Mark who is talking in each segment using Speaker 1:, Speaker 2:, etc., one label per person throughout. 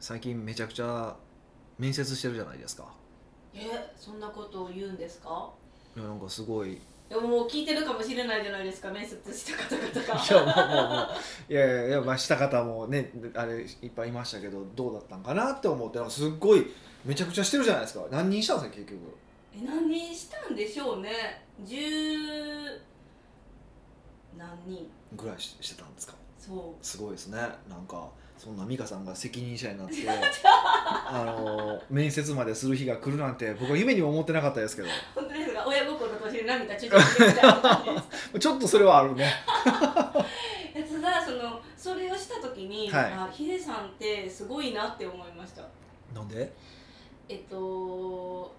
Speaker 1: 最近めちゃくちゃ面接してるじゃないですか
Speaker 2: えそんなことを言うんですか
Speaker 1: いやなんかすごいい
Speaker 2: でももう聞いてるかもしれないじゃないですか面接した方々が
Speaker 1: やもうもうもういやいやいや、まあ、した方もねあれいっぱいいましたけどどうだったんかなって思ってなんかすっごいめちゃくちゃしてるじゃないですか何人したんですか結局
Speaker 2: え何したんでしょうね十何人
Speaker 1: ぐらいししてたんですか
Speaker 2: そ
Speaker 1: すごいですねなんかそんな美香さんが責任者になって あの面接までする日が来るなんて僕は夢にも思ってなかったですけど
Speaker 2: う本当ですが親心として涙ちょっと出てきたみたいです
Speaker 1: ちょっとそれはあるね
Speaker 2: やつがそのそれをした時に、
Speaker 1: はい
Speaker 2: あヒデさんってすごいなって思いました
Speaker 1: なんで
Speaker 2: えっと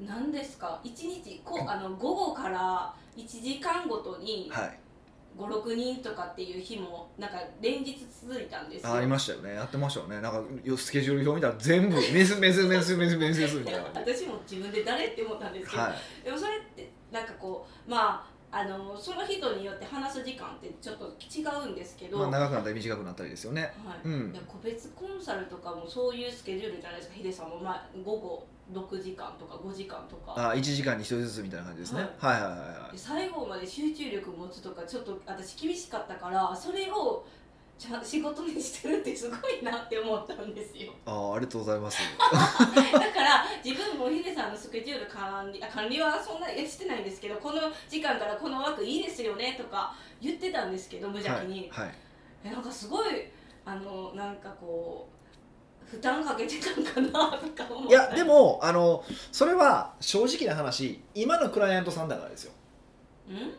Speaker 2: 何ですか一日こうあの午後から1時間ごとに
Speaker 1: はい
Speaker 2: 56人とかっていう日もなんか連日続いたんですよ
Speaker 1: あありましたよねやってましたよねなんかよスケジュール表見たら全部面接面接面接面接面接みたいな感じ
Speaker 2: 私も自分で誰って思ったんですけど、
Speaker 1: はい
Speaker 2: でもそれってなんかこうまああのその人によって話す時間ってちょっと違うんですけど、
Speaker 1: まあ
Speaker 2: はい
Speaker 1: 長くなったり短くなったりですよねうん
Speaker 2: いや個別コンサルとかもそういうスケジュールじゃないですかヒデさんも、まあ、午後6時間とか5時間とか
Speaker 1: あ1時間に1人ずつみたいな感じですねはいはいはいは
Speaker 2: で最後まで集中力持つとかちょっと私厳しかったからそれをちゃん仕事にしてるってすごいなって思ったんですよ
Speaker 1: いああありがとうございます
Speaker 2: だから自分もヒデさんのスケジュール管理あ管理はそんなえしてないんですけどこの時間からこの枠いいですよねとか言ってたんですけど無邪気に、
Speaker 1: はい、はい、
Speaker 2: えなんかすごいあのなんかこう負担かけてたんかなとか思っ
Speaker 1: い
Speaker 2: てい
Speaker 1: やでもあのそれは正直な話今のクライアントさんだからですよ
Speaker 2: うん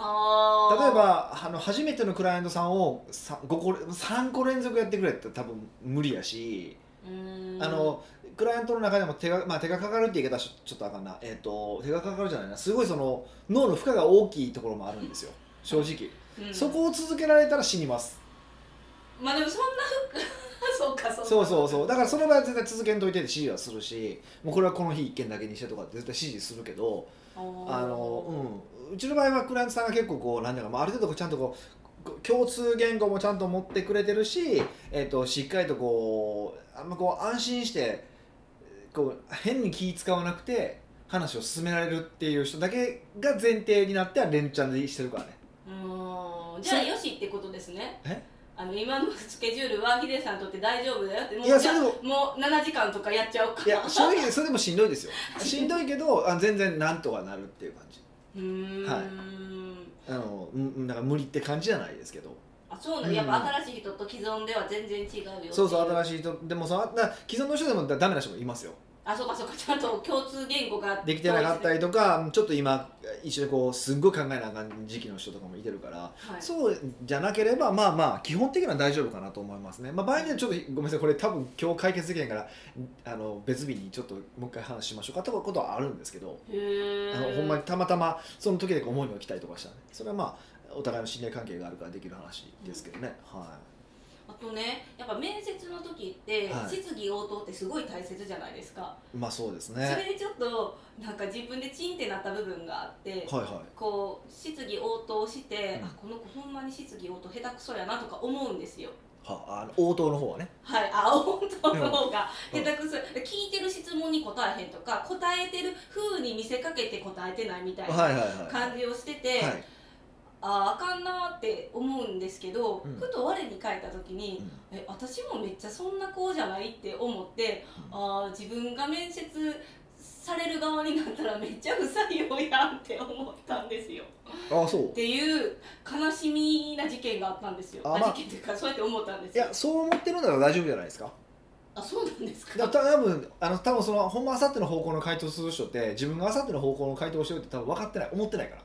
Speaker 2: あ
Speaker 1: 例
Speaker 2: ー
Speaker 1: えばあの初めてのクライアントさんを 3, 個3個連続やってくれって多分無理やし
Speaker 2: うーん
Speaker 1: あのクライアントの中でも手が,、まあ、手がかかるって言い方はちょちょっとあかんな、えー、と手がかかるじゃないなすごいその脳の負荷が大きいところもあるんですよ正直、
Speaker 2: うん
Speaker 1: そこを続けられたら死にます、
Speaker 2: まあでもそんな そうかそうか
Speaker 1: そうそうそうだからそれは絶対続けんといてって指示はするしもうこれはこの日1件だけにしてとかって絶対指示するけどあの、うん、うちの場合はクライアントさんが結構こうなんだか、まあ、ある程度こうちゃんとこうこ共通言語もちゃんと持ってくれてるし、えっとしっかりとこうあんまこう安心してこう変に気使わなくて話を進められるっていう人だけが前提になっては連チャンでしてるからね
Speaker 2: うんじゃあよしってことですね
Speaker 1: え
Speaker 2: あの今のスケジュールはヒデさんにとって大丈夫だよってもう
Speaker 1: いや
Speaker 2: じ
Speaker 1: そ
Speaker 2: ゃ
Speaker 1: れ
Speaker 2: あ
Speaker 1: でも
Speaker 2: もう7時間とかやっちゃおうか
Speaker 1: いや正直それでもしんどいですよしんどいけどあ全然なんとかなるっていう感じ
Speaker 2: うーん、
Speaker 1: はいあのうんうんなんか無理って感じじゃないですけど
Speaker 2: あそうな
Speaker 1: うん
Speaker 2: のやっぱ新しい人と既存では全然違うよってい
Speaker 1: そうそう
Speaker 2: う
Speaker 1: 新しい人でもそのな既存の人でもダメな人もいますよ
Speaker 2: あそうかそうかちゃんと共通言語が
Speaker 1: できてなかった
Speaker 2: はい、
Speaker 1: りとかちょっと今一緒にこうすっごい考えなあかん時期の人とかもいてるから、そうじゃなければまあまあ基本的には大丈夫かなと思いますね、まあ、場合によってはちょっとごめんなさいこれ多分今日解決できないからあの別日にちょっともう一回話しましょうかとかことはあるんですけど
Speaker 2: へー
Speaker 1: あのほんまにたまたまその時で思いが来たりとかしたねそれはまあお互いの信頼関係があるからできる話ですけどね、は
Speaker 2: あとねやっぱ面接の時って、
Speaker 1: はい
Speaker 2: 質疑応答ってすごい大切じゃないですか、
Speaker 1: いまあそうです
Speaker 2: そ
Speaker 1: ね
Speaker 2: れでちょっとなんか自分でチンってなった部分があって、
Speaker 1: はいはい
Speaker 2: こう質疑応答して、
Speaker 1: うん
Speaker 2: あこの子ほんまに質疑応答下手くそやなとか思うんですよ
Speaker 1: はあの応答の方はね
Speaker 2: はいあ応答の方が
Speaker 1: うん
Speaker 2: 下手くそ、で聞いてる質問に答えへんとか答えてる風に見せかけて答えてないみたいな
Speaker 1: はいはいはい
Speaker 2: 感じをしてて、
Speaker 1: はい
Speaker 2: ああかんなーって思うんですけど、
Speaker 1: うん
Speaker 2: ふと我に返った時に、
Speaker 1: うん
Speaker 2: え私もめっちゃそんな子じゃないって思って、
Speaker 1: う
Speaker 2: あー自分が面接される側になったらめっちゃ不採用やんって思ったんですよ
Speaker 1: ああそう
Speaker 2: っていう悲しみな事件があったんですよ。
Speaker 1: あまあ
Speaker 2: あ事件というかそうやって思ったんで
Speaker 1: い
Speaker 2: すよ
Speaker 1: や。そう思ってるなら大丈夫じゃないですか
Speaker 2: あそうなんですか。
Speaker 1: だから多分あの多分そのほんまあさっての方向の回答する人って自分があさっての方向の回答をしてるって多分分かってない思ってないから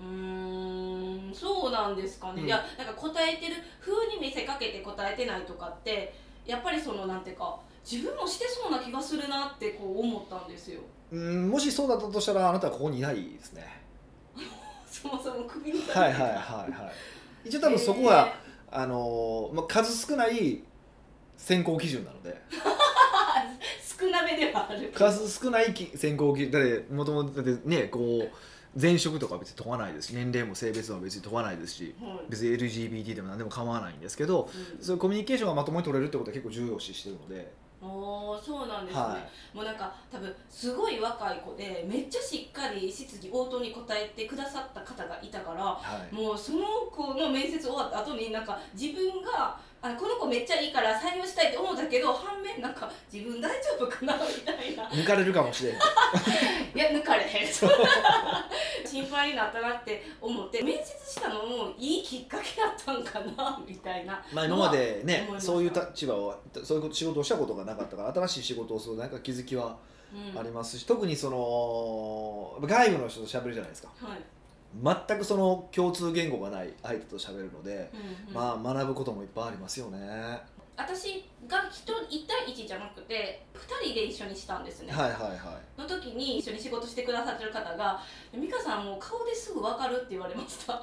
Speaker 2: うーんそうなんですかね。
Speaker 1: うん
Speaker 2: いやなんか答えてる風に見せかけて答えてないとかってやっぱりそのなんていうか自分もしてそうな気がするなってこう思ったんですよ。
Speaker 1: うんもしそうだったとしたらあなたはここにいないですね
Speaker 2: そもそも首に。
Speaker 1: はいはいはいはい一応多分そこは、
Speaker 2: えー。
Speaker 1: あのーまあ、数少ない選考基準なので
Speaker 2: 少なめではある。
Speaker 1: 数少ないき選考基準だってもともとだってねこう前職とか別に問わないですし年齢も性別も別に問わないですし
Speaker 2: はい
Speaker 1: 別に LGBT でも何でも構わないんですけど
Speaker 2: うん
Speaker 1: そういうコミュニケーションがまともに取れるってことは結構重要視してるので、
Speaker 2: おーそうなんですね、
Speaker 1: は
Speaker 2: もうなんか多分すごい若い子でめっちゃしっかり質疑応答に答えてくださった方がいたから
Speaker 1: いはい、
Speaker 2: もうその子の面接終わった後になんか自分があこの子めっちゃいいから採用したいって思うんだけど反面なんか自分大丈夫かなみたいな
Speaker 1: 抜かれるかもしれない
Speaker 2: いや抜かれへん心配になったなって思って面接したのもいいきっかけだったんかなみたいな
Speaker 1: まあ今までね
Speaker 2: 思いました
Speaker 1: そういう立場をそういうこと仕事をしたことがなかったから新しい仕事をするなんか気づきは
Speaker 2: うん
Speaker 1: ありますし、特にその外部の人と喋るじゃないですか
Speaker 2: はい
Speaker 1: 全くその共通言語がない相手と喋るので、
Speaker 2: うんうん
Speaker 1: まあ学ぶこともいっぱいありますよね、は
Speaker 2: 私が一人一対一じゃなくて二人で一緒にしたんです
Speaker 1: い
Speaker 2: ね、
Speaker 1: はい は
Speaker 2: の時に一緒に仕事してくださってる方が「美香さんもう顔ですぐ分かる」って言われました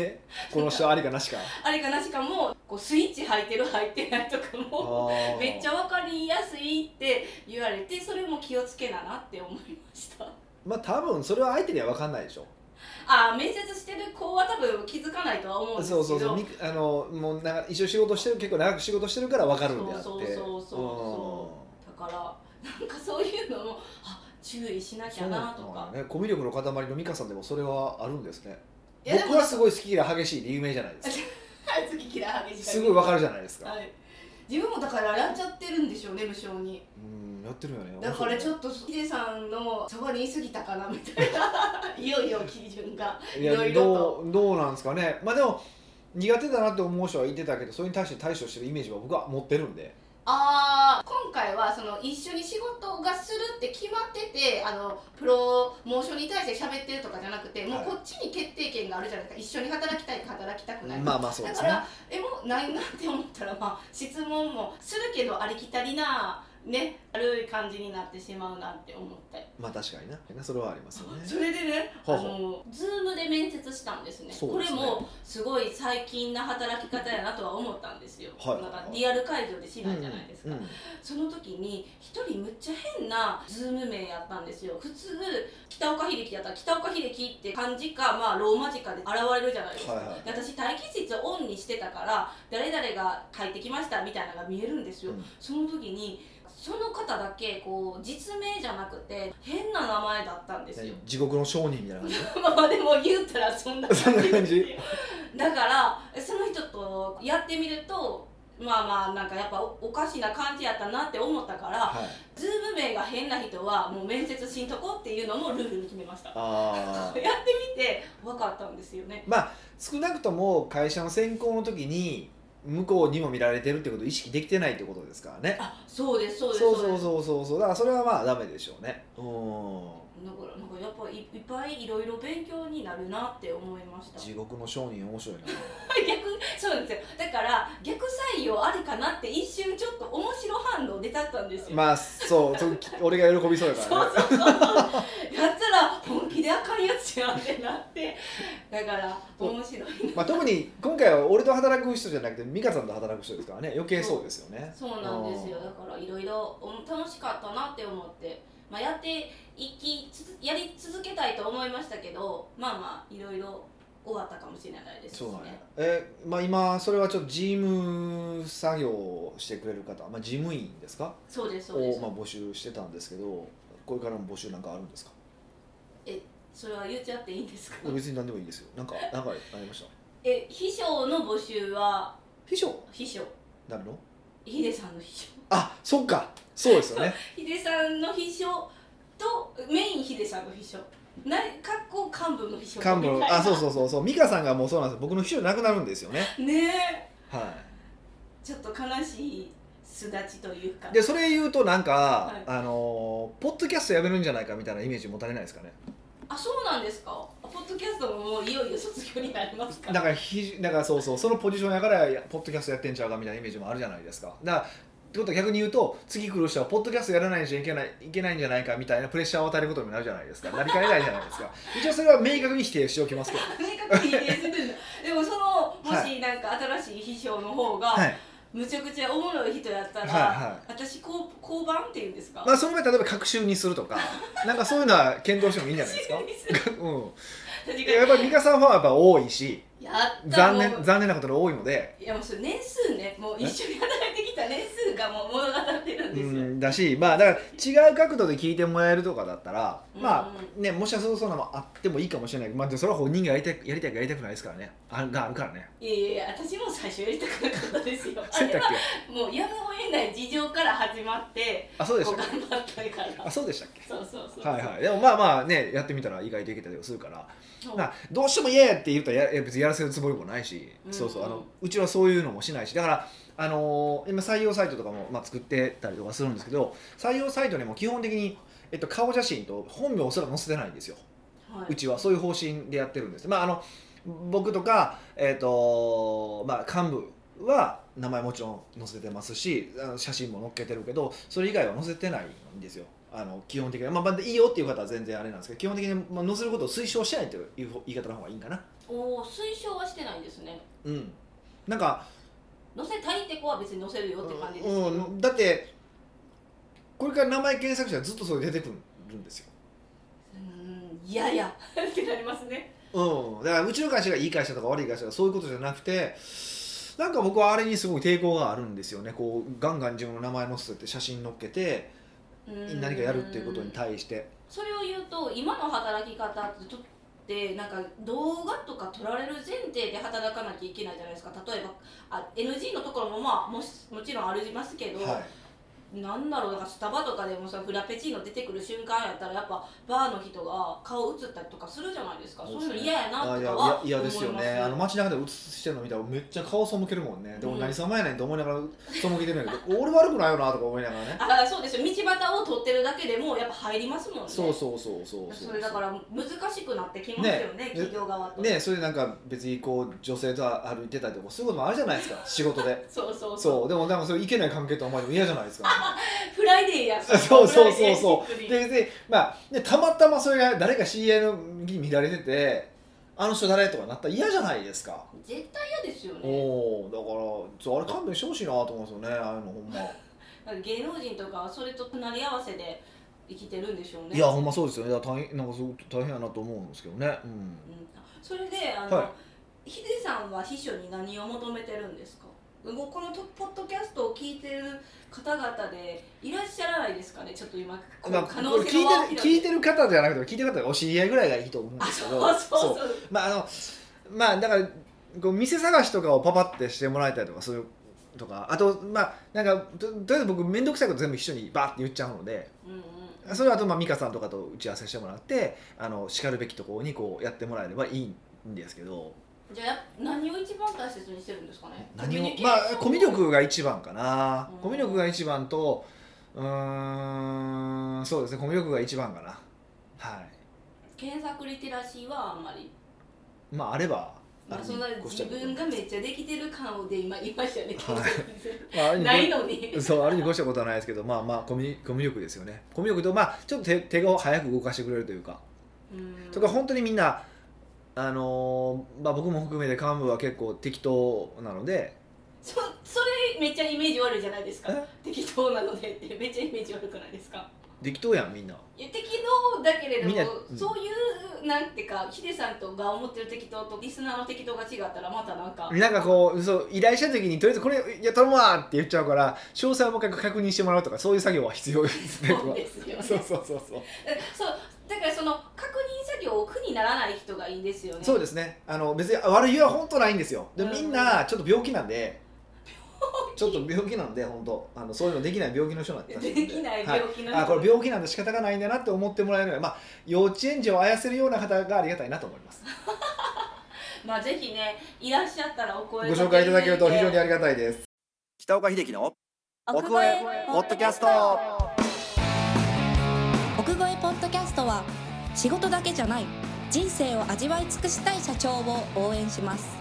Speaker 1: いこの人ありかな しか
Speaker 2: あれかなしかもこうスイッチ入ってる入ってないとか
Speaker 1: あ
Speaker 2: も
Speaker 1: ー
Speaker 2: めっちゃ分かりやすいって言われてそれも気をつけななって思いました
Speaker 1: まあ多分それは相手には分かんないでしょ
Speaker 2: あー面接してる子は多分気づかないとは思うんですけ
Speaker 1: そ
Speaker 2: ど
Speaker 1: うそうそうみあのもうなんか一緒仕事してる結構長く仕事してるから分かるんであって
Speaker 2: そうそうそうそうそだからなんかそういうのもあ注意しなきゃ
Speaker 1: ん
Speaker 2: なと
Speaker 1: そう
Speaker 2: か
Speaker 1: なんだねコミュ力の塊の美香さんでもそれはあるんですね
Speaker 2: いやでも
Speaker 1: 僕はすごい好き嫌い激しいで有名じゃない ですか
Speaker 2: はい好き嫌い激しい
Speaker 1: すごい分かるじゃないですか、
Speaker 2: はい、自分もだからやっちゃってるんでしょうね無性に
Speaker 1: うんやってるよね
Speaker 2: だからちょ
Speaker 1: っ
Speaker 2: っとヒデさんのそばにいすぎたかなみた いないよいよ基準が
Speaker 1: とい
Speaker 2: いろ
Speaker 1: や
Speaker 2: いろと
Speaker 1: どうどうなんですかねまあでも苦手だなって思う人は言ってたけどそれに対して対処してるイメージは僕は持ってるんで
Speaker 2: あー今回はその一緒に仕事がするって決まっててあのプロモーションに対して喋ってるとかじゃなくてもう
Speaker 1: はい
Speaker 2: こっちに決定権があるじゃないですか一緒に働きたいか働きたくないか
Speaker 1: まあまあそう
Speaker 2: だ
Speaker 1: です
Speaker 2: か
Speaker 1: ね
Speaker 2: らえもうないなって思ったら、まあ、質問もするけどありきたりなね悪い感じになってしまうなって思って
Speaker 1: まあ確かになそれはありますよね
Speaker 2: それでね、
Speaker 1: ほう
Speaker 2: あ
Speaker 1: ほう
Speaker 2: のズームで面接したんですね
Speaker 1: そうですね
Speaker 2: これもすごい最近な働き方やなとは思ったんですよ、
Speaker 1: はい
Speaker 2: なんかリアル会場でし
Speaker 1: う
Speaker 2: ない
Speaker 1: ん
Speaker 2: じゃないですか、
Speaker 1: うん
Speaker 2: その時に一人むっちゃ変なズーム名やったんですよ普通北岡秀樹やったら北岡秀樹って漢字か、まあ、ローマ字かで現れるじゃないですか、
Speaker 1: はいはい
Speaker 2: で私待機室をオンにしてたから誰々が帰ってきましたみたいなのが見えるんですよ、
Speaker 1: うん
Speaker 2: その時にその方だけこう実名じゃなくて変な名前だったんですよ、
Speaker 1: 地獄の商人みたいな感じ
Speaker 2: まあまあでも言ったらそんな感
Speaker 1: そん
Speaker 2: じ
Speaker 1: な感じ
Speaker 2: だからその人とやってみるとまあまあなんかやっぱおおかしな感じやったなって思ったから
Speaker 1: はい、
Speaker 2: ズーム名が変な人はもう面接しんとこっていうのもルールに決 めましたやっ
Speaker 1: あー
Speaker 2: てみて分かったんですよね
Speaker 1: 少なくとも会社の選考の時に向こうにも見られてるってことを意識できてないってことですからね
Speaker 2: あそうですそうです
Speaker 1: そうそう
Speaker 2: です
Speaker 1: そうそうそうだからそれはまあダメでしょうねう
Speaker 2: だからなんかやっぱいいっぱいいろいろ勉強になるなって思いました
Speaker 1: ん地獄の商人面白いな
Speaker 2: 逆そうなんですよだから逆採用ありかなって一瞬ちょっと面白反応出ちゃったんですよ、
Speaker 1: まあそうそう俺が喜びそうだ
Speaker 2: そう
Speaker 1: からね
Speaker 2: そうそう やったら本気であかんやつやんってなってだから面白い
Speaker 1: まあ、特に今回は俺と働く人じゃなくて美香さんと働く人ですからね余計そうですよね
Speaker 2: そうなんですよだからいろいろ楽しかったなって思って、まあ、やっていきつつやり続けたいと思いましたけどまあまあいろいろ終わったかもしれないですし
Speaker 1: そうなんや
Speaker 2: ね
Speaker 1: えまあ、今それはちょっと事務作業をしてくれる方、まあ、事務員ですか
Speaker 2: そうですそうで
Speaker 1: を
Speaker 2: す、
Speaker 1: まあ募集してたんですけどこれからも募集なんかあるんですか
Speaker 2: それは言っちゃっていいんですか
Speaker 1: 別に何でもいいですよなんかなんかありました
Speaker 2: え秘書の募集は
Speaker 1: 秘書
Speaker 2: 秘書
Speaker 1: なるの
Speaker 2: ヒデさんの秘書
Speaker 1: あそっかそうですよね
Speaker 2: ヒデさんの秘書とメインヒデさんの秘書なかっこ幹部の秘書
Speaker 1: 幹部の
Speaker 2: みたいな
Speaker 1: あそうそうそうそう美香さんがもうそうなんですよ僕の秘書じゃなくなるんですよね
Speaker 2: ね
Speaker 1: は
Speaker 2: えちょっと悲しい巣立ちというか
Speaker 1: いでそれ言うとなんか、
Speaker 2: い
Speaker 1: あのーポッドキャストやめるんじゃないかみたいなイメージ持たれないですかね
Speaker 2: あそうなんですかポッドキャストももういよいよ卒業になりますか
Speaker 1: だからひだからそうそうそのポジションやからやポッドキャストやってんちゃうかみたいなイメージもあるじゃないですかだからってことは逆に言うと次来る人はポッドキャストやらないといけないいけないんじゃないかみたいなプレッシャーを与えることになるじゃないですかなりかねないじゃないですか一応それは明確に否定しておきますけど
Speaker 2: 明確に否定するんだでもそのも
Speaker 1: は
Speaker 2: しなんか新しい秘書の方が、
Speaker 1: はい
Speaker 2: むちゃくちゃおもろい人やったら、
Speaker 1: はいはい
Speaker 2: 私こう交番っていうんですか、
Speaker 1: まあその前例えば隔週にするとかなんかそういうのは検討してもいいんじゃないですかう
Speaker 2: 確
Speaker 1: ん、やっぱり美香さんファンはやっぱ多いし
Speaker 2: にやった
Speaker 1: 残
Speaker 2: も
Speaker 1: 念
Speaker 2: う
Speaker 1: 残念なことが多いので、
Speaker 2: いやもうそれ年数ねもう一緒に働いてきた年数がもう物語ってるん
Speaker 1: う
Speaker 2: ですよ、
Speaker 1: ん、だしまあだから違う角度で聞いてもらえるとかだったら、まあねもしはそうそうなのもあってもいいかもしれないけど、まあ、でもそれは本人がやりたいやりたいかやりたくないですからねあがあるからね
Speaker 2: いやいや私も最初やりたくなかったですよあ
Speaker 1: そうやっ
Speaker 2: れ
Speaker 1: たっ
Speaker 2: は
Speaker 1: け
Speaker 2: もうやむを得ない事情から始まって
Speaker 1: あそうでし
Speaker 2: こう
Speaker 1: たっけ
Speaker 2: 頑張ったから
Speaker 1: あそうでしたっけ
Speaker 2: そうそうそう
Speaker 1: はいはい、でもまあまあねやってみたら意外といけたりはするから
Speaker 2: そう
Speaker 1: まあどうしても嫌やって言うとやいや別にやらせるつもりもないし、
Speaker 2: うん
Speaker 1: そうそうあのうちはそういうのもしないしだから、あのー今採用サイトとかも、まあ、作ってたりとかするんですけど採用サイトにも基本的に、えっと、顔写真と本名をすら載せてないんですよ、
Speaker 2: は
Speaker 1: う
Speaker 2: い
Speaker 1: ちはそういう方針でやってるんです、まあ、あの僕とか、えっとまあ、幹部は名前もちろん載せてますしあの写真も載っけてるけどそれ以外は載せてないんですよあの基本的に、まあ、まあいいよっていう方は全然あれなんですけど基本的に、まあ、載せることを推奨しないという言い方の方がいいんかな
Speaker 2: おお推奨はしてないですね
Speaker 1: うんなんか
Speaker 2: 載せたいって子は別に載せるよって感じですけど、
Speaker 1: うん、だってこれから名前検索したらずっとそれ出てくるんですよ
Speaker 2: うんいやいやってなりますね
Speaker 1: うん、だからうちの会社がいい会社とか悪い会社とかそういうことじゃなくてなんか僕はあれにすごい抵抗があるんですよねこうガンガン自分の名前載せて写真載っけて
Speaker 2: うん
Speaker 1: 何かやるっていうことに対して
Speaker 2: それを言うと今の働き方ってとってなんか動画とか撮られる前提で働かなきゃいけないじゃないですか例えばあ NG のところもまあもしもちろんありますけど、
Speaker 1: は
Speaker 2: なんだろうなんかスタバとかでもさフラペチーノ出てくる瞬間やったらやっぱバーの人が顔映ったりとかするじゃないですかそういうの嫌やなとか
Speaker 1: あ
Speaker 2: はいい
Speaker 1: やいやいやですよ
Speaker 2: 思い
Speaker 1: ね
Speaker 2: ます
Speaker 1: あの街中で写してるの見たらめっちゃ顔背けるもんねでも
Speaker 2: うん
Speaker 1: 何様やねんと思いながら背けてるんやけど 俺悪くないよなとか思いながらね
Speaker 2: あそうですよ道端を撮ってるだけでもやっぱ入りますもんね
Speaker 1: そうそうそうそう
Speaker 2: それだから難しくなってきますよね
Speaker 1: ね
Speaker 2: 企業側と
Speaker 1: ねそれでなんか別にこう女性と歩いてたりとかそういうこともあるじゃないですか仕事で
Speaker 2: そう そうそう
Speaker 1: そうでもなんかそれいけない関係と思われても嫌じゃないですか
Speaker 2: フライデーや
Speaker 1: そうそうそうそう
Speaker 2: フライデーシップに
Speaker 1: でで、まあね、たまたまそれが誰か CA に見られててあの人誰とかなったら嫌じゃないですか、
Speaker 2: 絶対嫌ですよ
Speaker 1: お
Speaker 2: ね
Speaker 1: おーだからそうあれ勘弁してほしいなと思うんですよねああいうのほんま、
Speaker 2: なんか芸能人とかはそれと隣り合わせで生きてるんでしょうね
Speaker 1: いやほんまそうですよねだから大変なんかすごく大変やなと思うんですけどね、うん
Speaker 2: うんそれであの、
Speaker 1: は
Speaker 2: ヒデさんは秘書に何を求めてるんですかもうこのとポッドキャストを聞いてる方々でいらっしゃらないですかねちょっと今こう
Speaker 1: まあ、
Speaker 2: 可
Speaker 1: こ
Speaker 2: 能
Speaker 1: れ
Speaker 2: 性
Speaker 1: 聞
Speaker 2: の輪を広
Speaker 1: いてる聞い
Speaker 2: げ
Speaker 1: てる方じゃなくて聞いてる方がお知り合いぐらいがいいと思うんで
Speaker 2: あ
Speaker 1: す
Speaker 2: そ
Speaker 1: け
Speaker 2: う
Speaker 1: ど
Speaker 2: そうそう
Speaker 1: まああのまあだからこう店探しとかをパパってしてもらいたいとかそういうとかあとまあなんかととりあえず僕面倒くさいこと全部一緒にバーって言っちゃうので
Speaker 2: うんうん
Speaker 1: それはあとまあ美香さんとかと打ち合わせしてもらってあの叱るべきところにこうやってもらえればいいんですけど
Speaker 2: じゃあ何を一番大切にしてるんですかね
Speaker 1: 何を
Speaker 2: コミュニケー
Speaker 1: ま
Speaker 2: ショ
Speaker 1: あ
Speaker 2: ン
Speaker 1: コミュ力が一番かな
Speaker 2: うん
Speaker 1: コミュ力が一番とうーんそうですねコミュ力が一番かなはい
Speaker 2: 検索リテラシーはあんまり
Speaker 1: まああれば
Speaker 2: まあ、そんな自分
Speaker 1: が
Speaker 2: がめっちゃできてる感で今言いましたね、
Speaker 1: はある意味
Speaker 2: ないのに
Speaker 1: そうあるに越したことはないですけどまあまあコミュコミュ力ですよねコミュ力とまあちょっと手手を早く動かしてくれるというか、
Speaker 2: うん
Speaker 1: とか本当にみんなあのーまあ、僕も含めて幹部は結構適当なので
Speaker 2: そそれめっちゃイメージ悪いじゃないですか
Speaker 1: え
Speaker 2: 適当なのでってめっちゃイメージ悪くないですか
Speaker 1: 適当やんみんない
Speaker 2: や適当だけれど
Speaker 1: みんな
Speaker 2: も、
Speaker 1: うん
Speaker 2: そういうなんていうかヒデさんとが思ってる適当とリスナーの適当が違ったらまたなんか
Speaker 1: なんかこうそう依頼した時にとりあえずこれいや頼むわって言っちゃうから詳細をもう一回確認してもらうとかそういう作業は必要ですね
Speaker 2: そうですよね
Speaker 1: そうそうそうそう
Speaker 2: えそうだからその確認作業を苦にならない人がいいんですよね
Speaker 1: そうですねあの別に悪い言いは本当ないんですよで
Speaker 2: うん
Speaker 1: みんなちょっと病気なんでちょっと病気なんで本当あのそういうのできない病気の人なんで
Speaker 2: できない
Speaker 1: は
Speaker 2: 病気の人、
Speaker 1: あこれ病気なんで仕方がないんだなって思ってもらえるのは、まあ、幼稚園児をあやせるような方がありがたいなと思います
Speaker 2: まあぜひねいらっしゃったらお
Speaker 1: ご
Speaker 2: 声
Speaker 1: 紹介いただけると非常に
Speaker 2: あ
Speaker 1: ありがたいです北岡秀樹の
Speaker 3: 奥越えポッドキャスト
Speaker 4: 奥越えポッドキャストは仕事だけじゃない人生を味わい尽くしたい社長を応援します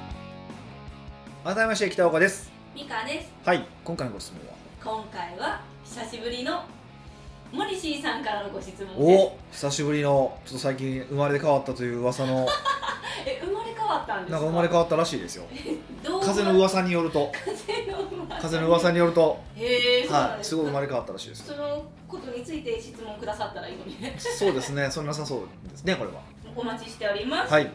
Speaker 1: 改めまして北岡です
Speaker 2: ミカです
Speaker 1: はい今回のご質問は
Speaker 2: 今回は久しぶりのモリシーさんからのご質問です
Speaker 1: お久しぶりのちょっと最近生まれ変わったという噂 の
Speaker 2: え生まれ変わったんです
Speaker 1: なん
Speaker 2: か
Speaker 1: か生まれ変わったらしいですよ
Speaker 2: どう
Speaker 1: 風の噂によると
Speaker 2: 風の生まれ
Speaker 1: 風の噂によると、
Speaker 2: へえそうなん
Speaker 1: はい、
Speaker 2: ですす
Speaker 1: ごい生ま
Speaker 2: れ
Speaker 1: れ変わったらしいです
Speaker 2: そのことについて質問くださったらいいのに
Speaker 1: そうですねそんなさそうですねこれは
Speaker 2: お待ちしております、
Speaker 1: はいこ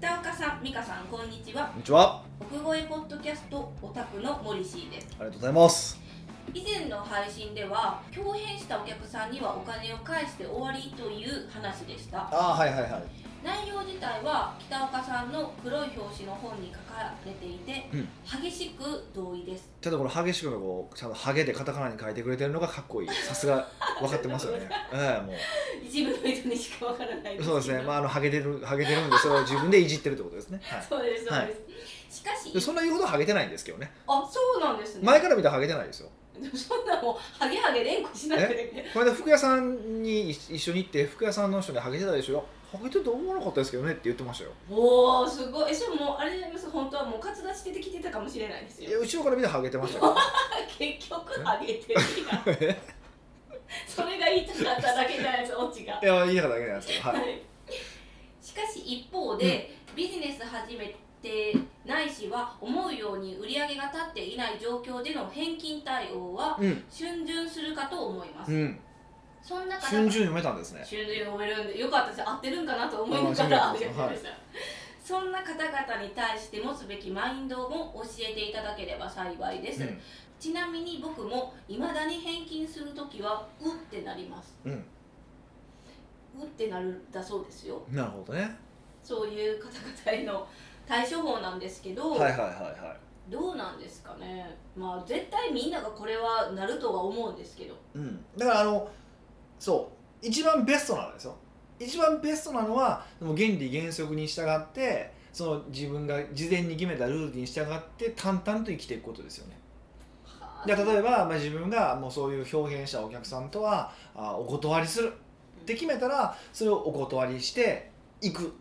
Speaker 2: 北岡さん美香さんこんにちは
Speaker 1: んにちは
Speaker 2: 奥越ポッドキャストオタクのモリシーです
Speaker 1: ありがとうございます
Speaker 2: 以前の配信では共演したお客さんにはお金を返して終わりという話でした
Speaker 1: ああはいはいはい
Speaker 2: 内容自体は北岡さんの黒い表紙の本に書かれていて、
Speaker 1: うん
Speaker 2: 激しく同意です
Speaker 1: ちょっとこの激しくのこうちゃんとハゲでカタカナに書いてくれてるのがかっこいいさすが分かってますよねええもう
Speaker 2: 一部の人にしかわからないけ
Speaker 1: そ
Speaker 2: ど
Speaker 1: うですね、まあ、あのハゲてるハゲてるんでそれを自分でいじってるってことですね、はい
Speaker 2: そうですそう
Speaker 1: は
Speaker 2: で
Speaker 1: い
Speaker 2: す、し
Speaker 1: で、
Speaker 2: かし
Speaker 1: そんな言うほどハゲてないんですけどね
Speaker 2: あそうなんですね
Speaker 1: 前から見たらハゲてないですよ
Speaker 2: でもそんなもうハゲハゲ連呼しなくてね
Speaker 1: これで服屋さんに一一緒に行って服屋さんの人にハゲてたでしょハゲてると思わなかったですけどねって言ってましたよ
Speaker 2: おおすごいえそれもうあれです本当はもう活動しててきてたかもしれないです
Speaker 1: いや
Speaker 2: よ
Speaker 1: 後ろから見たらハゲてま したよ
Speaker 2: 結局ハゲてるやんそれが言いたかっただけじゃないですオチが
Speaker 1: いや言い方だけなんですけどはい
Speaker 2: しかし一方で、ビジネス始めてないしは思うように売り上げが立っていない状況での返金対応は
Speaker 1: うん
Speaker 2: 春巡するかと思います、
Speaker 1: うん
Speaker 2: そんな中
Speaker 1: 瞬時に読めたんですね
Speaker 2: 春巡読めるんでよかったです合ってるんかなと思いながら
Speaker 1: あー
Speaker 2: やっ
Speaker 1: 春巡
Speaker 2: てま
Speaker 1: やってま
Speaker 2: し
Speaker 1: す
Speaker 2: たそんな方々に対して持つべきマインドも教えていただければ幸いです、
Speaker 1: うん
Speaker 2: ちなみに僕も未だに返金する時はうってなります
Speaker 1: うん
Speaker 2: うってなるんだそうですよ
Speaker 1: なるほどね
Speaker 2: そういう方々への対処法なんですけど、
Speaker 1: はいはいはいは
Speaker 2: どうなんですかねまあ絶対みんながこれはなるとは思うんですけど
Speaker 1: い、うん、だからあのそう一番ベストなのですよ一番ベストなのはもう原理原則に従ってその自分が事前に決めたルールに従って淡々と生きていくことですよねで例えば、まあ、自分がもうそういう表現したお客さんとはあお断りするって決めたらそれをお断りしていく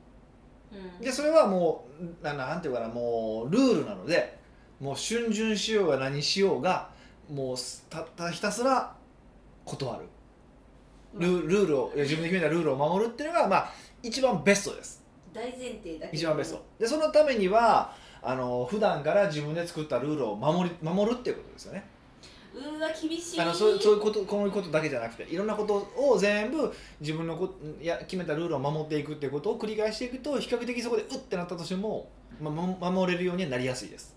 Speaker 2: うん
Speaker 1: でそれはもうななんていうかなもうルールなのでもう逡巡しようが何しようがもうすたただひたすら断るルールールをいや自分で決めたルールを守るっていうのが、まあ、一番ベストです
Speaker 2: 大前提だけど
Speaker 1: 一番ベストでそのためにはあの普段から自分で作ったルールを守り守るっていうことですよね
Speaker 2: うわ厳しい
Speaker 1: あのそうそういうことこういうことだけじゃなくていろんなことを全部自分のこいや決めたルールを守っていくっていうことを繰り返していくと比較的そこでうってなったとしても、ま、も守れるようにはなりやすいです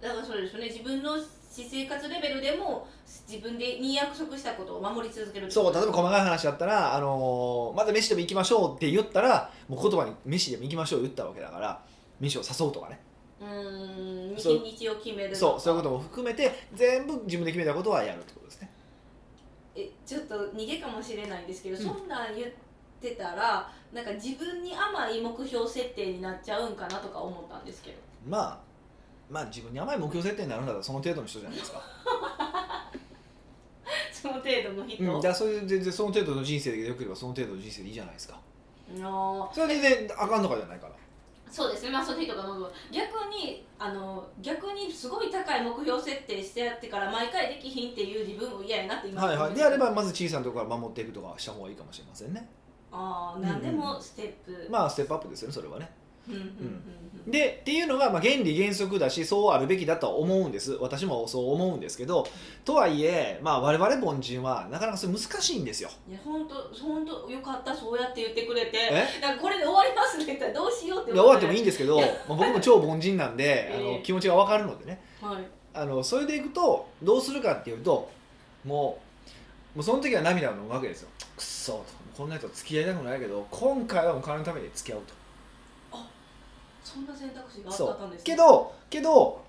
Speaker 2: だからそうですよね自分の私生活レベルでも自分でに約束したことを守り続ける
Speaker 1: そう例えば細かい話だったら、あのーまた飯でも行きましょうって言ったらもう言葉に飯でも行きましょう言ったわけだから飯を誘うとかね
Speaker 2: うーん
Speaker 1: そう
Speaker 2: 日にちを決める
Speaker 1: そうそういうことも含めて全部自分で決めたことはやるってことですね
Speaker 2: えちょっと逃げかもしれないんですけど、
Speaker 1: うん
Speaker 2: そんなん言ってたらなんか自分に甘い目標設定になっちゃうんかなとか思ったんですけど
Speaker 1: まあまあ自分に甘い目標設定になるんだったらその程度の人じゃないですか
Speaker 2: その程度の人、
Speaker 1: うん、だからそれで全然その程度の人生でよければその程度の人生でいいじゃないですか
Speaker 2: あー
Speaker 1: それは全然あかんとかじゃないから
Speaker 2: そうですねまあその人が望む逆にあの逆にすごい高い目標設定してやってから毎回できひんっていう自分も嫌やなって今
Speaker 1: はい
Speaker 2: 思
Speaker 1: はい
Speaker 2: ま
Speaker 1: で
Speaker 2: した
Speaker 1: あればまず小さなところから守っていくとかした方がいいかもしれませんね
Speaker 2: ああ何でもステップ、
Speaker 1: まあステップアップですよねそれはね
Speaker 2: うんうんうんうん
Speaker 1: でっていうのがまあ原理原則だしそうあるべきだとは思うんです私もそう思うんですけどとはいえ、まあ、我々凡人はなかなかそれ難しいんですよ
Speaker 2: いや本当本当よかったそうやって言ってくれて
Speaker 1: え
Speaker 2: なんかこれで終わりますねって言ったらどうしようって
Speaker 1: で終わってもいい
Speaker 2: い、
Speaker 1: んですけ ど、まあ、僕も超凡人なんであ
Speaker 2: ええ
Speaker 1: の気持ちが分かるのでね
Speaker 2: はい、
Speaker 1: あのそれでいくとどうするかっていうともうもうその時は涙を飲むわけですよくっそとこんな人と付き合いたくないけど今回はお金のために付き合う
Speaker 2: そんな選択肢が
Speaker 1: と
Speaker 2: あっ
Speaker 1: そ
Speaker 2: たんで
Speaker 1: う
Speaker 2: すね
Speaker 1: けどけど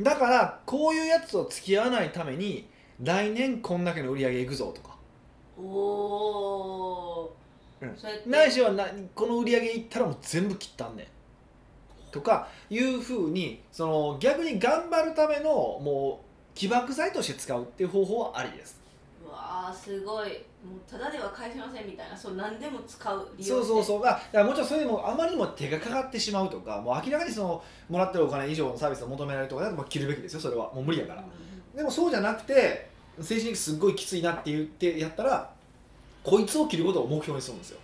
Speaker 1: だからこういうやつと付き合わないために来年こんだけの売り上げいくぞとか
Speaker 2: おおー、
Speaker 1: うん
Speaker 2: そうやって
Speaker 1: ないしはなこの売り上げいったらもう全部切ったんねんとかいうふうにその逆に頑張るためのもう起爆剤として使うっていう方法はありです
Speaker 2: うわあすごいもうただでは返せませんみたいなそう何でも使う利
Speaker 1: そ
Speaker 2: 用
Speaker 1: うそう
Speaker 2: う
Speaker 1: そうまあだからもちろんそれでもあまりにも手がかかってしまうとかもう明らかにそのもらってるお金以上のサービスを求められるとかだともう切るべきですよそれはもう無理やからでもそうじゃなくて精神的にすっごいきついなって言ってやったらこいつを切ることを目標にするんですよ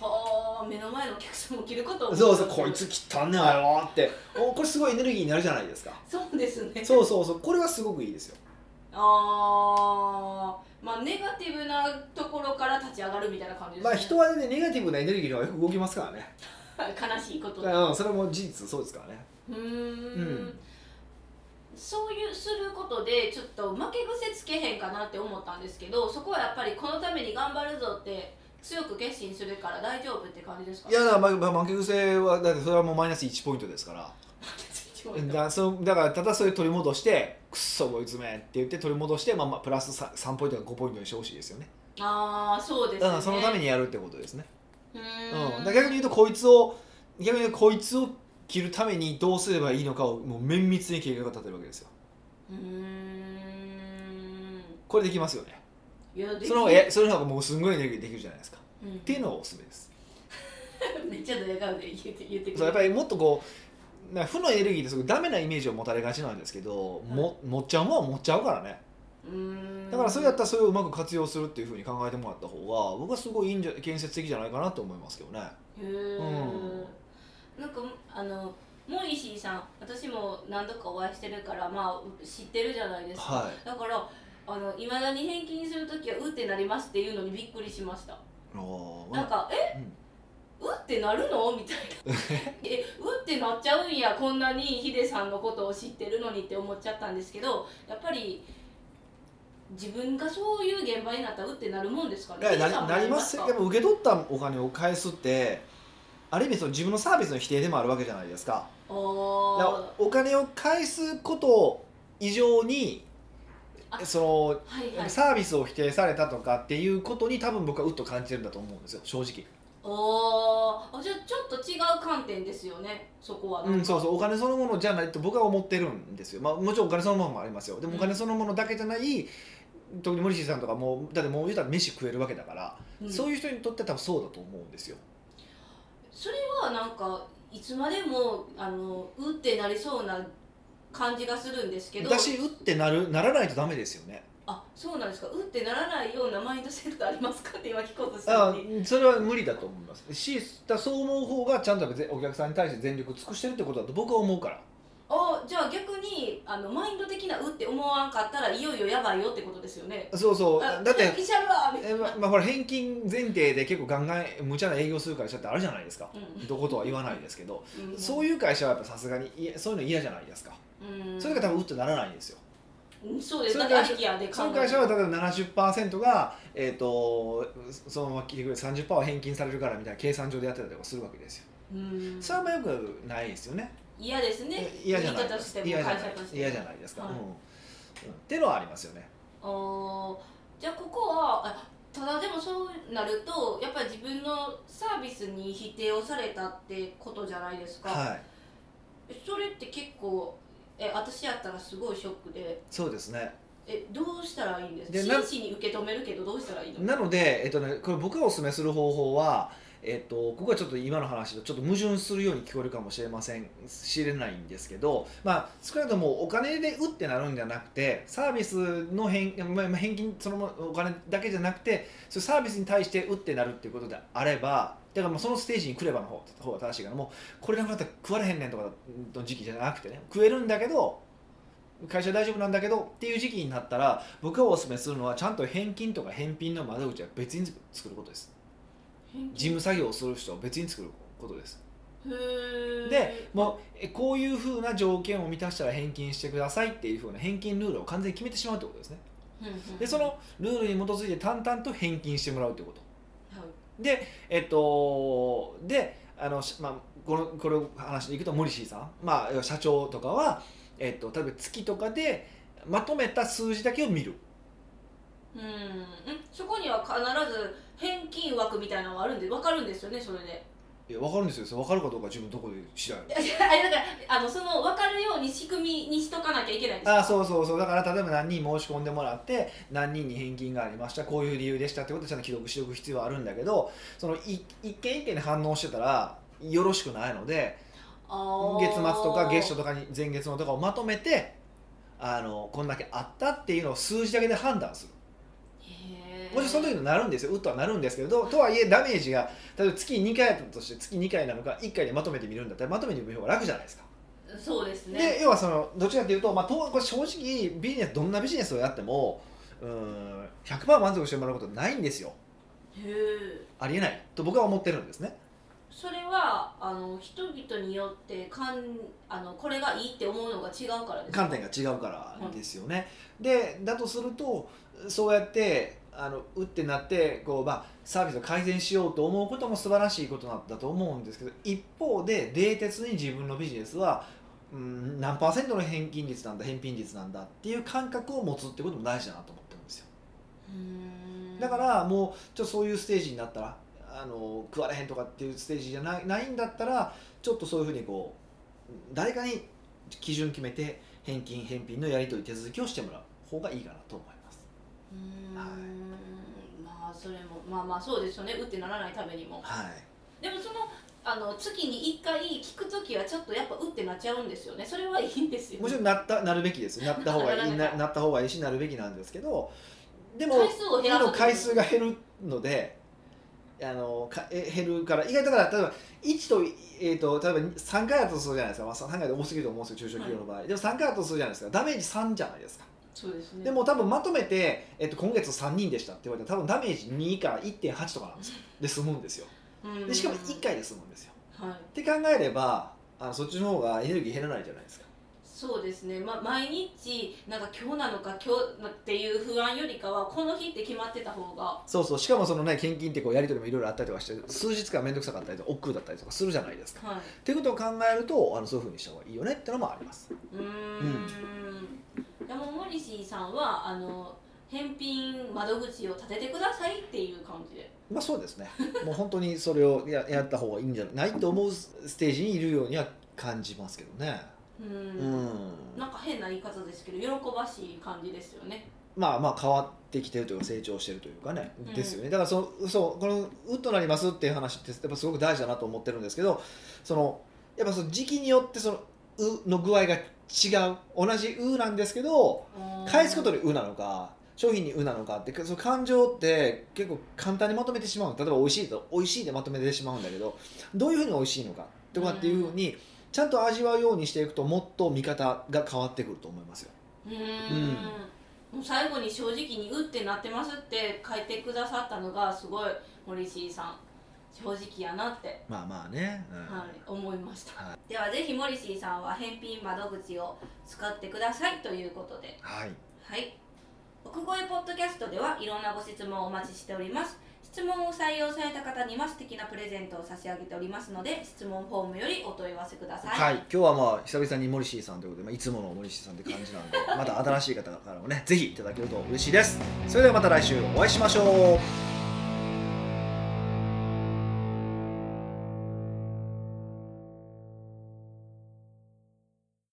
Speaker 2: はあ目の前のお客さんも着ることを
Speaker 1: そうそうこいつ汚ねえよっておこれすごいエネルギーになるじゃないですか
Speaker 2: そうですね
Speaker 1: そうそうそうこれはすごくいいですよ
Speaker 2: あーまあネガティブなところから立ち上がるみたいな感じです
Speaker 1: ま
Speaker 2: ね
Speaker 1: あ人はねネガティブなエネルギーの方がよく動きますからね
Speaker 2: 悲しいことう
Speaker 1: うんそれも事実そうですからね
Speaker 2: ーん
Speaker 1: うん
Speaker 2: そういうすることでちょっと負け癖つけへんかなって思ったんですけどそこはやっぱりこのために頑張るぞって強く決心するから大丈夫って感じですか
Speaker 1: いやだから、まま負け癖はだってそれはもうマイナス1ポイントですからだからそうだからただそれ取り戻してくっそ追い詰めって言って取り戻して、まあ、まあプラス 3, 3ポイントか5ポイントにしてほしいですよね
Speaker 2: ああそうですね
Speaker 1: だからそのためにやるってことですね、
Speaker 2: う
Speaker 1: うん
Speaker 2: ーん
Speaker 1: だから逆に言うとこいつを逆に言うとこいつを切るためにどうすればいいのかをもう綿密に計画が立てるわけですよ
Speaker 2: うーん
Speaker 1: これできますよね
Speaker 2: いやでき
Speaker 1: その方がえその方がもうすんごいエネルギーできるじゃないですかっ
Speaker 2: うん
Speaker 1: ていうのがおすすめです
Speaker 2: めっちゃドヤ顔で言って言ってくれ
Speaker 1: そうやっぱりもっとこうなんか負のエネルギーってすごいダメなイメージを持たれがちなんですけど、も持っちゃうもんは持っちゃうからね
Speaker 2: うーん
Speaker 1: だからそれやったらそれをうまく活用するっていうふうに考えてもらった方が僕はすごいいいんじゃ建設的じゃないかなと思いますけどね
Speaker 2: へーなんかあのモイシーさん私も何度かお会いしてるからまあ知ってるじゃないですか、
Speaker 1: は
Speaker 2: だからあの未だに返金する時は「う」ってなりますっていうのにびっくりしました
Speaker 1: いおー
Speaker 2: なんか「え
Speaker 1: うん
Speaker 2: う」ってなるのみたい な「えう」ってなっちゃうんやこんなにヒデさんのことを知ってるのにって思っちゃったんですけどやっぱり自分がそういう現場になったら「う」ってなるもんですか
Speaker 1: いや
Speaker 2: ね
Speaker 1: ななりますよでも受け取ったお金を返すってある意味その自分のサービスの否定でもあるわけじゃないですかだか
Speaker 2: お
Speaker 1: らお金を返すこと以上に
Speaker 2: あ
Speaker 1: そ
Speaker 2: はいは
Speaker 1: の
Speaker 2: い
Speaker 1: サービスを否定されたとかっていうことに多分僕はうっと感じてるんだと思うんですよ正直
Speaker 2: おーあじゃあちょっと違う観点ですよねそこは
Speaker 1: うん、そうそううお金そのものじゃないと僕は思ってるんですよ、まあ、もちろんお金そのものもありますよでもお金そのものだけじゃない、特に森氏さんとかもうだってもう言うたら飯食えるわけだから、
Speaker 2: ん
Speaker 1: そういう人にとっては多分そうだと思うんですよ
Speaker 2: それはなんかいつまでもあのうってなりそうな感じがするんですけど
Speaker 1: だし打ってなるならないとダメですよね
Speaker 2: あそうなんですかうってならないようなマインドセットありますかって今聞こうとした
Speaker 1: あ
Speaker 2: のに
Speaker 1: それは無理だと思いますしだそう思う方がちゃんとやっぱぜお客さんに対して全力を尽くしてるってことだと僕は思うから
Speaker 2: あじゃあ逆にあのマインド的なうって思わんかったらいよいよやばいよってことですよね
Speaker 1: そうそう
Speaker 2: あ
Speaker 1: だって
Speaker 2: 来ちゃうわみたい
Speaker 1: えま
Speaker 2: な、
Speaker 1: まあ、ほら返金前提で結構ガンガン無茶な営業する会社ってあるじゃないですか
Speaker 2: うん
Speaker 1: どことは言わないですけど
Speaker 2: うん、
Speaker 1: そういう会社はやっぱさすがにいやそういうの嫌じゃないですか、
Speaker 2: うん
Speaker 1: それが多分うっとならないんですよ
Speaker 2: うんそうです
Speaker 1: そうい
Speaker 2: だ
Speaker 1: う
Speaker 2: から
Speaker 1: 会
Speaker 2: ア
Speaker 1: 社
Speaker 2: イディアで考え
Speaker 1: その会社は例えば70%が、えー、とそのまま聞いてくれ30%は返金されるからみたいな計算上でやってたりとかするわけですよ
Speaker 2: うん
Speaker 1: それはあんまよくないですよね
Speaker 2: 嫌ですね
Speaker 1: え嫌じゃない
Speaker 2: 言い方としても
Speaker 1: 嫌じゃ
Speaker 2: 会
Speaker 1: な
Speaker 2: 社
Speaker 1: い
Speaker 2: としても
Speaker 1: 嫌じゃないですか、
Speaker 2: はい
Speaker 1: うんうんっていうのはありますよね
Speaker 2: あーじゃあここはあただでもそうなるとやっぱり自分のサービスに否定をされたってことじゃないですか、
Speaker 1: はい
Speaker 2: それって結構え私やったらすごいショックで
Speaker 1: そうですね
Speaker 2: えどうしたらいいんです
Speaker 1: でな
Speaker 2: か真摯に受け止めるけどどうしたらいいの
Speaker 1: なので、えっとね、これ僕がお勧めする方法は、えっと、ここはちょっと今の話とちょっと矛盾するように聞こえるかもしれませんしれないんですけど、まあ、少なくともお金でうってなるんじゃなくてサービスの返,、まあ、まあ返金そのもお金だけじゃなくてそういうサービスに対してうってなるっていうことであればだからもうそのステージに来ればの方方が正しいからもうこれなくなったら食われへんねんとかの時期じゃなくてね食えるんだけど会社大丈夫なんだけどっていう時期になったら僕がお勧めするのはちゃんと返金とか返品の窓口は別に作ることです事務作業をする人は別に作ることです
Speaker 2: へー
Speaker 1: でもうえこういうふうな条件を満たしたら返金してくださいっていうふうな返金ルールを完全に決めてしまうってことですね
Speaker 2: うんうん
Speaker 1: でそのルールに基づいて淡々と返金してもらうってこと
Speaker 2: はい
Speaker 1: でえっとであの、しまあ、このこれを話していくとモリシーさん、まあ、社長とかは、えっと、例えば月とかでまとめた数字だけを見る
Speaker 2: うんんそこには必ず返金枠みたいなのがあるんで分かるんですよねそれで
Speaker 1: いや分かるんですよそれ分かるかどうか自分どこで知らんよ
Speaker 2: いや あれだからあのその分かるように仕組みにしとかなきゃいけないんです
Speaker 1: あそうそうそうだから例えば何人申し込んでもらって何人に返金がありましたこういう理由でしたってことをちゃんと記録しておく必要はあるんだけどそのい一件一件に反応してたらよろしくないので月
Speaker 2: 月
Speaker 1: 末とか月初とかに前月のとかをまとめてあのこんだけあったっていうのを数字だけで判断する
Speaker 2: へー
Speaker 1: もちろんその時のなるんですようっとはなるんですけどとはいえダメージが例えば月2回やったとして月2回なのか1回でまとめて見るんだったらまとめて見る方が楽じゃないですか。
Speaker 2: そうですね
Speaker 1: で要はそのどっちかっていうと、まあ、とこれ正直ビジネスどんなビジネスをやってもうーん100%満足してもらうことないんですよ
Speaker 2: へえ
Speaker 1: ありえないと僕は思ってるんですね
Speaker 2: それはあの人々によってかんあのこれがいいって思うのが違うからですか
Speaker 1: 観点が違うからですよね、でだとするとそうやってあのうってなってこう、まあ、サービスを改善しようと思うことも素晴らしいことなんだと思うんですけど一方で冷徹に自分のビジネスはうん何パーセントの返金率なんだ返品率なんだっていう感覚を持つってことも大事だなと思ってるんですよ
Speaker 2: うーん
Speaker 1: だからもうちょっとそういうステージになったらあの食われへんとかっていうステージじゃないないんだったらちょっとそういうふうにこう誰かに基準決めて返金返品のやり取り手続きをしてもらう方がいいかなと思います
Speaker 2: うーん
Speaker 1: はい
Speaker 2: まあそれもまあまあそうですよね打ってならないためにも
Speaker 1: はい
Speaker 2: でもそのあの月に1回聞く時はちょっとやっぱ打ってなっちゃうんですよねそれはいいんですよ
Speaker 1: もちろんなったなるべきですなった方がいい
Speaker 2: ならな
Speaker 1: ないなった方がいいしなるべきなんですけどでも
Speaker 2: 回数を減ら
Speaker 1: 今
Speaker 2: す
Speaker 1: の回数が減るのであのかえ減るから意外とだから例えば1と,、えー、と例えば3回だとするじゃないですか、まあ、3回で多すぎると思うんですよ中小企業の場合、でも3回だとするじゃないですかダメージ3じゃないですか、
Speaker 2: そうですね
Speaker 1: でも多分まとめて、えっと今月3人でしたって言われたら多分ダメージ2から1.8とかなんですよで済むんですよ
Speaker 2: うん
Speaker 1: でしかも1回で済むんですよ
Speaker 2: はい
Speaker 1: って考えればあのそっちの方がエネルギー減らないじゃないですか
Speaker 2: そうですね、まあ、毎日なんか今日なのか今日なっていう不安よりかはこの日って決まってた方が
Speaker 1: そうそうしかもそのね献金ってこうやり取りもいろいろあったりとかして数日間面倒くさかったりとか億劫だったりとかするじゃないですか
Speaker 2: はい
Speaker 1: っていうことを考えるとあのそういうふうにした方がいいよねってのもあります
Speaker 2: うーんでもモリシーさんはあの返品窓口を立ててくださいっていう感じで
Speaker 1: まあそうですねもう本当にそれをややった方がいいんじゃないと思うステージにいるようには感じますけどねう
Speaker 2: う
Speaker 1: んん
Speaker 2: なんか変な言い方ですけど喜ばしい感じですよね
Speaker 1: まあまあ変わってきてるというか成長してるというかね、
Speaker 2: うん
Speaker 1: ですよねだからそのそうこの「う」となりますっていう話ってやっぱすごく大事だなと思ってるんですけどそのやっぱその時期によってその「う」の具合が違う同じ「う」なんですけど返すこと
Speaker 2: で
Speaker 1: に「う」なのか商品に「う」なのかってその感情って結構簡単にまとめてしまう例えば「美味しい」と「美味しい」でまとめてしまうんだけどどういうふうに美味しいのかとかっていうふうにちゃんと味わうようにしていくともっと見方が変わってくると思いますよ。
Speaker 2: うーん
Speaker 1: うん
Speaker 2: もう最後に正直に「う」ってなってますって書いてくださったのがすごいモリシーさん正直やなって
Speaker 1: まあまあね、うん
Speaker 2: はい、思いました、
Speaker 1: は
Speaker 2: ではぜひモリシーさんは返品窓口を使ってくださいということで
Speaker 1: はい
Speaker 2: はい奥越ポッドキャストではいろんなご質問をお待ちしております質問を採用された方には素敵なプレゼントを差し上げておりますので質問フォームよりお問い合わせください、
Speaker 1: はい、今日はまあ久々にモリシーさんということで、まあ、いつものモリシーさんって感じなんでまた新しい方からもねぜひいただけると嬉しいですそれではまた来週お会いしましょう